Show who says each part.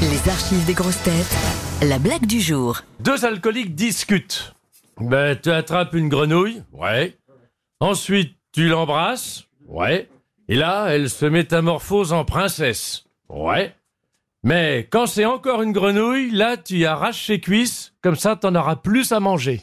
Speaker 1: Les archives des grosses têtes, la blague du jour.
Speaker 2: Deux alcooliques discutent. Ben, tu attrapes une grenouille Ouais. Ensuite, tu l'embrasses Ouais. Et là, elle se métamorphose en princesse Ouais. Mais quand c'est encore une grenouille, là, tu y arraches ses cuisses, comme ça, t'en auras plus à manger.